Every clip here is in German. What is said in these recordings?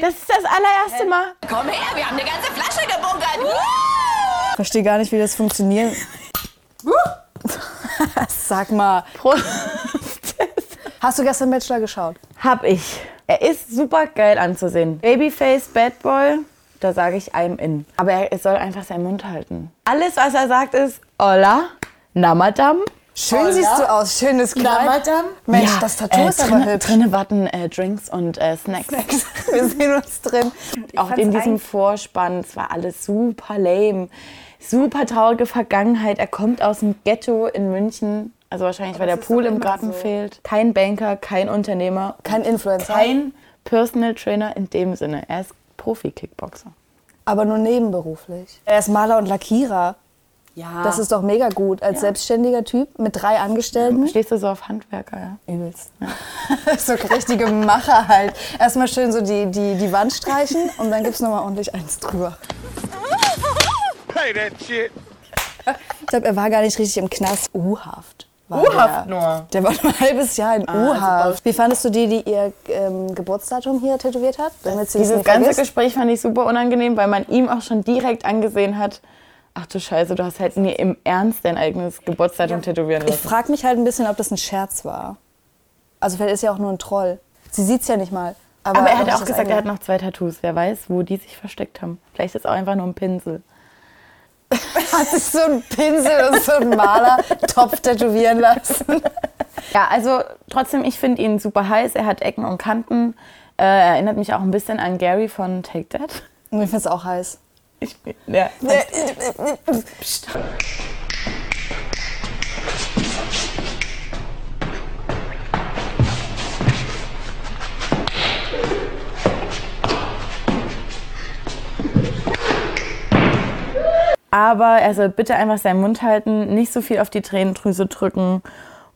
Das ist das allererste Mal. Komm her, wir haben eine ganze Flasche gebunkert. Verstehe gar nicht, wie das funktioniert. Sag mal, Prost. hast du gestern Bachelor geschaut? Hab ich. Er ist super geil anzusehen. Babyface, Bad Boy, da sage ich I'm in. Aber er soll einfach seinen Mund halten. Alles, was er sagt, ist Hola, na Madame. Schön siehst du aus, schönes Kleid. Mensch, das Tattoo äh, ist drinne, aber hübsch. Drinnen warten äh, Drinks und äh, Snacks. Wir sehen uns drin. Ich äh, Auch fand's in diesem eigentlich- Vorspann, es war alles super lame. Super traurige Vergangenheit. Er kommt aus dem Ghetto in München. Also wahrscheinlich, weil der das ist Pool doch im immer Garten so. fehlt. Kein Banker, kein Unternehmer. kein Influencer, kein Personal Trainer in dem Sinne. Er ist Profi-Kickboxer. aber nur nebenberuflich. Er ist Maler und Lackierer. Ja. Das ist doch mega gut. Als selbstständiger Typ mit drei Angestellten. Stehst du so auf Handwerker, ja? Übelst. so richtige Macher halt. Erstmal schön so die, die, die Wand streichen und dann gibt's nochmal ordentlich eins drüber. Play that shit. Ich glaube, er war gar nicht richtig im Knast. U-Haft. war der. U-Haft nur? Ah, Der war ein halbes Jahr in U-Haft. Wie fandest du die, die ihr ähm, Geburtsdatum hier tätowiert hat? Damit sie das Dieses nicht ganze vergisst? Gespräch fand ich super unangenehm, weil man ihm auch schon direkt angesehen hat, ach du Scheiße, du hast halt mir im Ernst dein eigenes Geburtsdatum tätowieren Ich lassen. frage mich halt ein bisschen, ob das ein Scherz war. Also vielleicht ist ja auch nur ein Troll. Sie sieht's ja nicht mal. Aber, Aber er ob hat das auch das gesagt, eigene- er hat noch zwei Tattoos. Wer weiß, wo die sich versteckt haben. Vielleicht ist es auch einfach nur ein Pinsel. hat sich so ein Pinsel und so ein Malertopf tätowieren lassen. Ja, also trotzdem, ich finde ihn super heiß. Er hat Ecken und Kanten. Äh, er erinnert mich auch ein bisschen an Gary von Take That. Und ich find's auch heiß. Ich, ja. Aber er soll bitte einfach seinen Mund halten, nicht so viel auf die Tränendrüse drücken.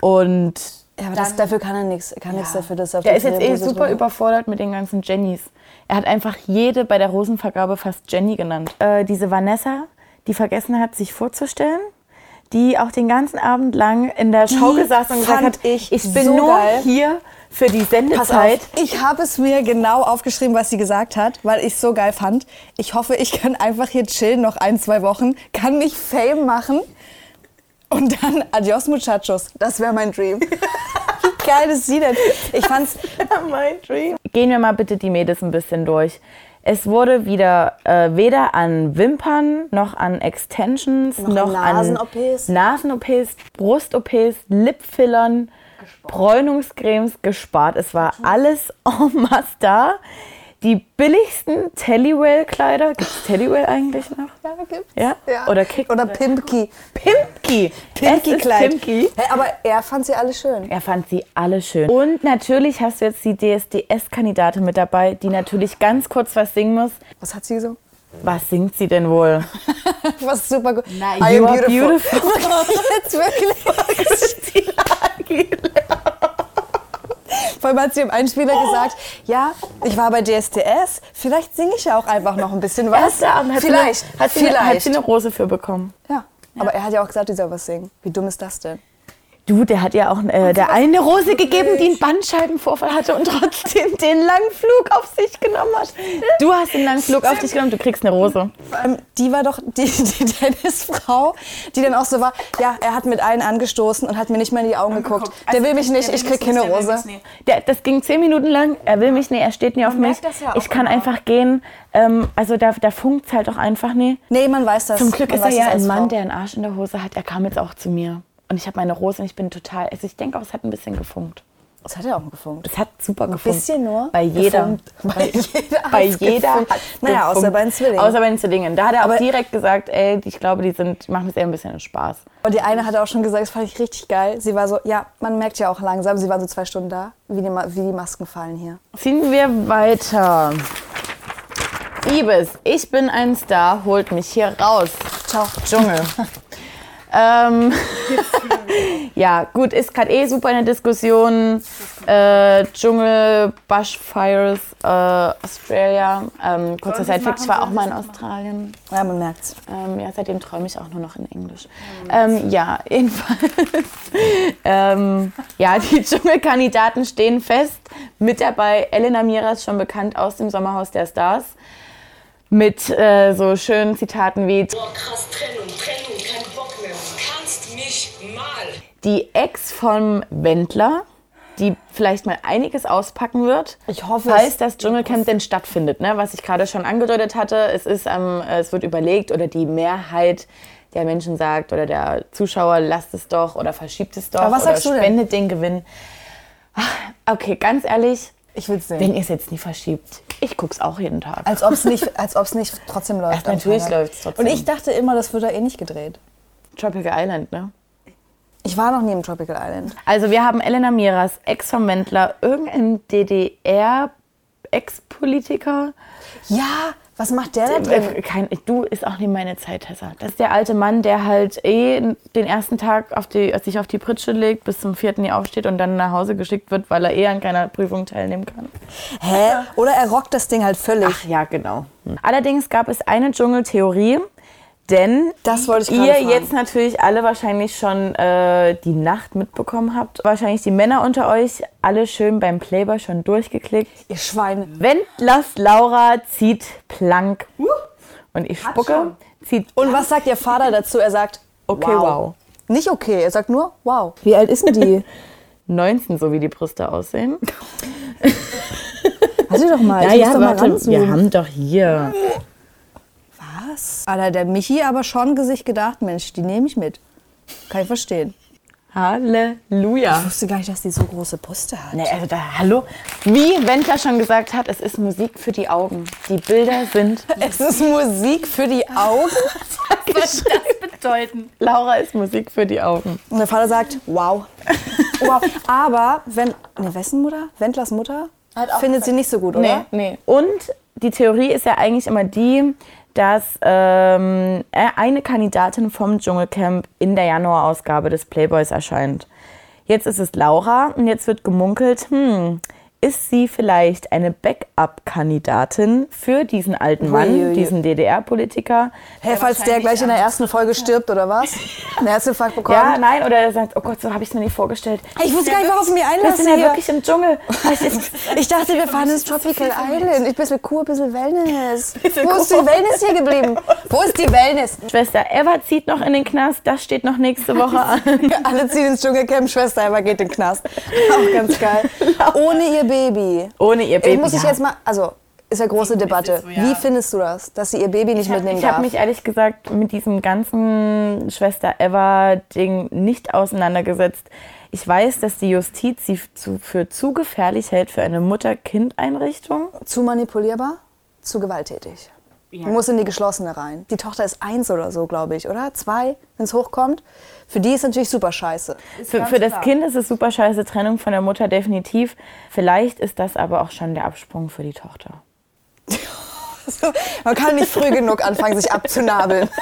Und Ja, aber das, dafür kann er nichts. Er kann nichts dafür, dass er auf der die ist jetzt eh Tränendrüse super drückt. überfordert mit den ganzen Jennys. Er hat einfach jede bei der Rosenvergabe fast Jenny genannt. Äh, diese Vanessa, die vergessen hat, sich vorzustellen, die auch den ganzen Abend lang in der Schaukel saß und gesagt fand hat, ich bin so nur geil." hier für die Pass Sendezeit. auf, ich habe es mir genau aufgeschrieben, was sie gesagt hat, weil ich es so geil fand. Ich hoffe, ich kann einfach hier chillen noch ein, zwei Wochen, kann mich Fame machen und dann adios muchachos. Das wäre mein Dream. Wie geil ist sie denn? Ich fand's Gehen wir mal bitte die Mädels ein bisschen durch. Es wurde wieder äh, weder an Wimpern noch an Extensions noch, an an Nasen-OPs. Nasen-OPs, Brust-OPs, Lipfillern, Bräunungscremes gespart. Es war alles en masse da. Die billigsten Tellywell-Kleider. Gibt es Tellywell eigentlich noch? ja, gibt's. Ja? Oder Kick- oder Pimpki. Pimpki. Es ist Pimpki-Kleid. Pimpki. Hä, aber er fand sie alle schön. Er fand sie alle schön. Und natürlich hast du jetzt die DSDS-Kandidatin mit dabei, die natürlich ganz kurz was singen muss. Was hat sie gesungen? Was singt sie denn wohl? Was super gut. Nein, you are Oh Jetzt wirklich. Vor allem hat sie im Einspieler gesagt, ja, ich war bei DSDS, vielleicht singe ich ja auch einfach noch ein bisschen was. Erster Abend hat vielleicht, Sie eine, hat, sie vielleicht. Eine, hat sie eine Rose für bekommen. ja. Aber er hat ja auch gesagt, die soll was singen. Wie dumm ist das denn? Du, der hat ja auch äh, der eine Rose gegeben, die einen Bandscheibenvorfall hatte und trotzdem den langen Flug auf sich genommen hat. Du hast den langen Flug auf dich genommen, du kriegst eine Rose. Vor allem, Ähm, die war doch die, die Dennis-Frau, die dann auch so war, ja, er hat mit allen angestoßen und hat mir nicht mehr in die Augen geguckt. Also also der will mich nicht, ich krieg keine Rose. Der, das ging zehn Minuten lang, er will mich nicht, er steht nie auf mich. merkt das ja auch ich kann immer. einfach gehen. Ähm, also da, da funkt's halt auch einfach nie. Nee, man weiß das. Zum Glück man ist er weiß ja das als ein Frau. Mann, der einen Arsch in der Hose hat. Er kam jetzt auch zu mir. Und ich habe meine Rose und ich bin total. Also ich denke auch, es hat ein bisschen gefunkt. Das hat er auch gefunkt. Es hat super gefunkt. bisschen nur Bei jeder. gefunkt. Bei jeder Bei hat's jeder. gefunkt. hat's Naja, außer gefunkt. bei den Zwillingen. Außer bei den Zwillingen. Da hat er Aber- auch direkt gesagt, ey, ich glaube, die sind, die machen es eher ein bisschen Spaß. Und die eine hat auch schon gesagt, das fand ich richtig geil. Sie war so, ja, man merkt ja auch langsam, sie waren so zwei Stunden da, wie die, Ma- wie die Masken fallen hier. Ziehen wir weiter. Ibis, ich bin ein Star, holt mich hier raus. Ciao. Dschungel. ähm, ja, gut, ist gerade eh super in der Diskussion. äh, Dschungel, Bushfires, äh, Australia. Ähm, kurzer Zeit fix war auch mal in Australien. Ja, man merkt's. Ähm, ja, seitdem träume ich auch nur noch in Englisch. Ähm, ja, jedenfalls. ähm, ja, die Dschungelkandidaten stehen fest. Mit dabei Elena Miras, schon bekannt aus dem Sommerhaus der Stars. Mit äh, so schönen Zitaten wie Boah, krass, Trennung, Trennung, kein Bock mehr. Du kannst mich mal. die Ex vom Wendler, die vielleicht mal einiges auspacken wird. Ich hoffe falls es. das Dschungelcamp denn stattfindet, ne? was ich gerade schon angedeutet hatte. Es, ist, am- äh, es wird überlegt oder die Mehrheit der Menschen sagt oder der Zuschauer, lasst es doch oder verschiebt es doch Aber was oder sagst du denn? spendet den Gewinn. Ach, okay, ganz ehrlich, Ich will's sehen. wenn ihr es jetzt nie verschiebt, ich guck's auch jeden Tag. Als ob's nicht, als ob's nicht trotzdem läuft. Ach, am natürlich Freitag. läuft's trotzdem. Und ich dachte immer, das wird da eh nicht gedreht. Tropical Island, ne? Ich war noch nie im Tropical Island. Also wir haben Elena Miras, Ex-Verwendler, irgendein DDR-Ex-Politiker. Ja, was macht der da drin? Äh, Kein, du ist auch nicht meine Zeit, Tessa. Das ist der alte Mann, der halt eh den ersten Tag auf die, sich auf die Pritsche legt, bis zum vierten Jahr aufsteht und dann nach Hause geschickt wird, weil er eh an keiner Prüfung teilnehmen kann. Hä? Oder er rockt das Ding halt völlig. Ach ja, genau. Allerdings gab es eine Dschungeltheorie, denn Das wollte ich gerade ihr fragen. jetzt natürlich alle wahrscheinlich schon äh, die Nacht mitbekommen habt. Wahrscheinlich die Männer unter euch alle schön beim Playboy schon durchgeklickt. Ihr Schweine. Wendlers Laura zieht Plank. Und ich spucke, zieht Und was sagt ihr Vater dazu? Er sagt, Okay, wow. Nicht okay, er sagt nur, wow. Wie alt ist denn die? 19, so wie die Brüste aussehen. Warte doch mal, ich muss doch mal ranzoomen. haben doch hier. Alter, der Michi aber schon Gesicht gedacht, Mensch, die nehme ich mit. Kann ich verstehen. Ich Halleluja. wusste gar nicht, dass die so große Brüste hat. Ne, also da, hallo. Wie Wendler schon gesagt hat, es ist Musik für die Augen. Die Bilder sind. Es ist Musik für die Augen. Was soll das bedeuten? Laura ist Musik für die Augen. Und der Vater sagt, wow. wow. Aber, wenn, ne, wessen Mutter? Wendlers Mutter? Findet sie nicht so gut, oder? Nee, nee. Und die Theorie ist ja eigentlich immer die, dass ähm, eine Kandidatin vom Dschungelcamp in der Januarausgabe des Playboys erscheint. Jetzt ist es Laura und jetzt wird gemunkelt, hm, ist sie vielleicht eine Backup-Kandidatin für diesen alten Mann, Uiuiui. diesen DDR-Politiker? Hä, falls der gleich in der ersten Folge stirbt, oder was? Einen Herzinfarkt bekommt? Ja, nein, oder er sagt, oh Gott, so habe ich es mir nicht vorgestellt. Ich wusste gar nicht, worauf ich mich Wir sind einlasse ja hier. wirklich im Dschungel. Was ist- Ich dachte, wir fahren ins Tropical Island. Ich bin mit Kur, ein bisschen Wellness. Wo ist die Wellness hier geblieben? Wo ist die Wellness? Schwester Eva zieht noch in den Knast, das steht noch nächste Woche an. Alle ziehen ins Dschungelcamp, Schwester Eva geht in den Knast. Auch ganz geil. Ohne ihr Baby. Ohne ihr Baby. Ich muss ich ja. jetzt mal, also ist ja große Debatte. Wie findest du das, dass sie ihr Baby nicht mitnehmen Ich habe darf? mich ehrlich gesagt mit diesem ganzen Schwester Eva-Ding nicht auseinandergesetzt. Ich weiß, dass die Justiz sie zu, für zu gefährlich hält für eine Mutter-Kind-Einrichtung. Zu manipulierbar, zu gewalttätig. Muss in die geschlossene rein. Die Tochter ist eins oder so, glaube ich, oder? Zwei, wenn es hochkommt. Für die ist natürlich super scheiße. Für, für das Kind ist es super scheiße, Trennung von der Mutter definitiv. Vielleicht ist das aber auch schon der Absprung für die Tochter. Also, Man kann nicht früh genug anfangen, sich abzunabeln.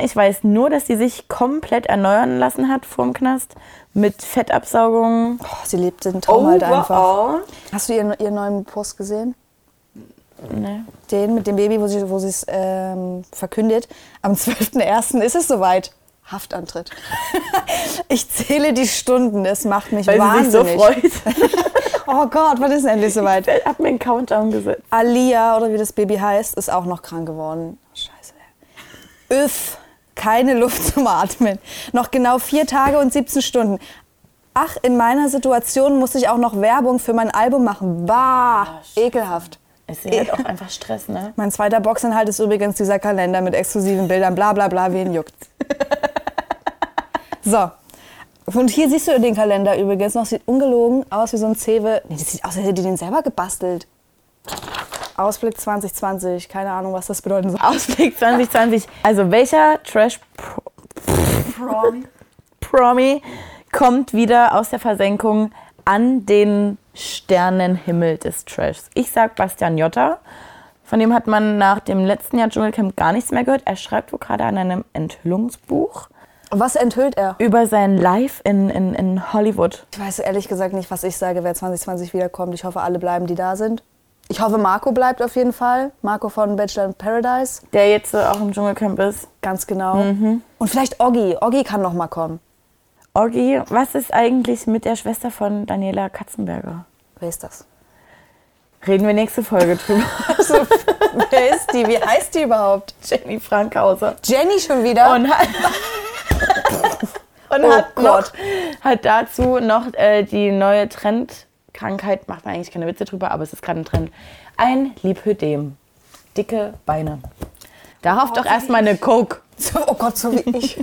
Ich weiß nur, dass sie sich komplett erneuern lassen hat vorm Knast mit Fettabsaugungen. Boah, Oh, sie lebt den Traum halt einfach. Hast du ihren, ihren neuen Post gesehen? Nee. Den mit dem Baby, wo sie wo es ähm, verkündet. Am 12.01. ist es soweit. Haftantritt. ich zähle die Stunden, es macht mich Weil sie sich so wahnsinnig. freut. oh Gott, wann ist denn endlich soweit? Ich hab mir einen Countdown gesetzt. Alia oder wie das Baby heißt, ist auch noch krank geworden. Scheiße. Üff, keine Luft zum Atmen. Noch genau vier Tage und 17 Stunden. Ach, in meiner Situation muss ich auch noch Werbung für mein Album machen. Bah, ekelhaft. Es ist halt auch einfach Stress, ne? Mein zweiter Boxinhalt ist übrigens dieser Kalender mit exklusiven Bildern. Bla bla bla, wen juckt's? so. Und hier siehst du den Kalender übrigens noch. Sieht ungelogen aus wie so ein Zewe. Nee, das sieht aus, als hätte die den selber gebastelt. Ausblick 2020. Keine Ahnung, was das bedeuten soll. Ausblick 2020. Also welcher Trash Pro Promi kommt wieder aus der Versenkung an den Sternenhimmel des Trashs? Ich sag Bastian Jotta. Von dem hat man nach dem letzten Jahr Dschungelcamp gar nichts mehr gehört. Er schreibt wohl gerade an einem Enthüllungsbuch. Was enthüllt er? über sein Life in, in, in Hollywood. Ich weiß ehrlich gesagt nicht, was ich sage, wer 2020 wiederkommt. Ich hoffe, alle bleiben, die da sind. Ich hoffe, Marco bleibt auf jeden Fall. Marco von Bachelor in Paradise. Der jetzt äh, auch im Dschungelcamp ist. Ganz genau. Und vielleicht Oggi. Oggi kann noch mal kommen. Oggi, was ist eigentlich mit der Schwester von Daniela Katzenberger? Wer ist das? Reden wir nächste Folge drüber. Also, wer ist die? Wie heißt die überhaupt? Jenny Frankhauser. Jenny schon wieder. Und hat, und Oh hat, noch, Gott. hat dazu noch äh, die neue Trendkrankheit, macht man eigentlich keine Witze drüber, aber es ist gerade ein Trend. Ein Lipödem. Dicke Beine. Da hofft doch erstmal eine Coke. oh Gott, so wie ich.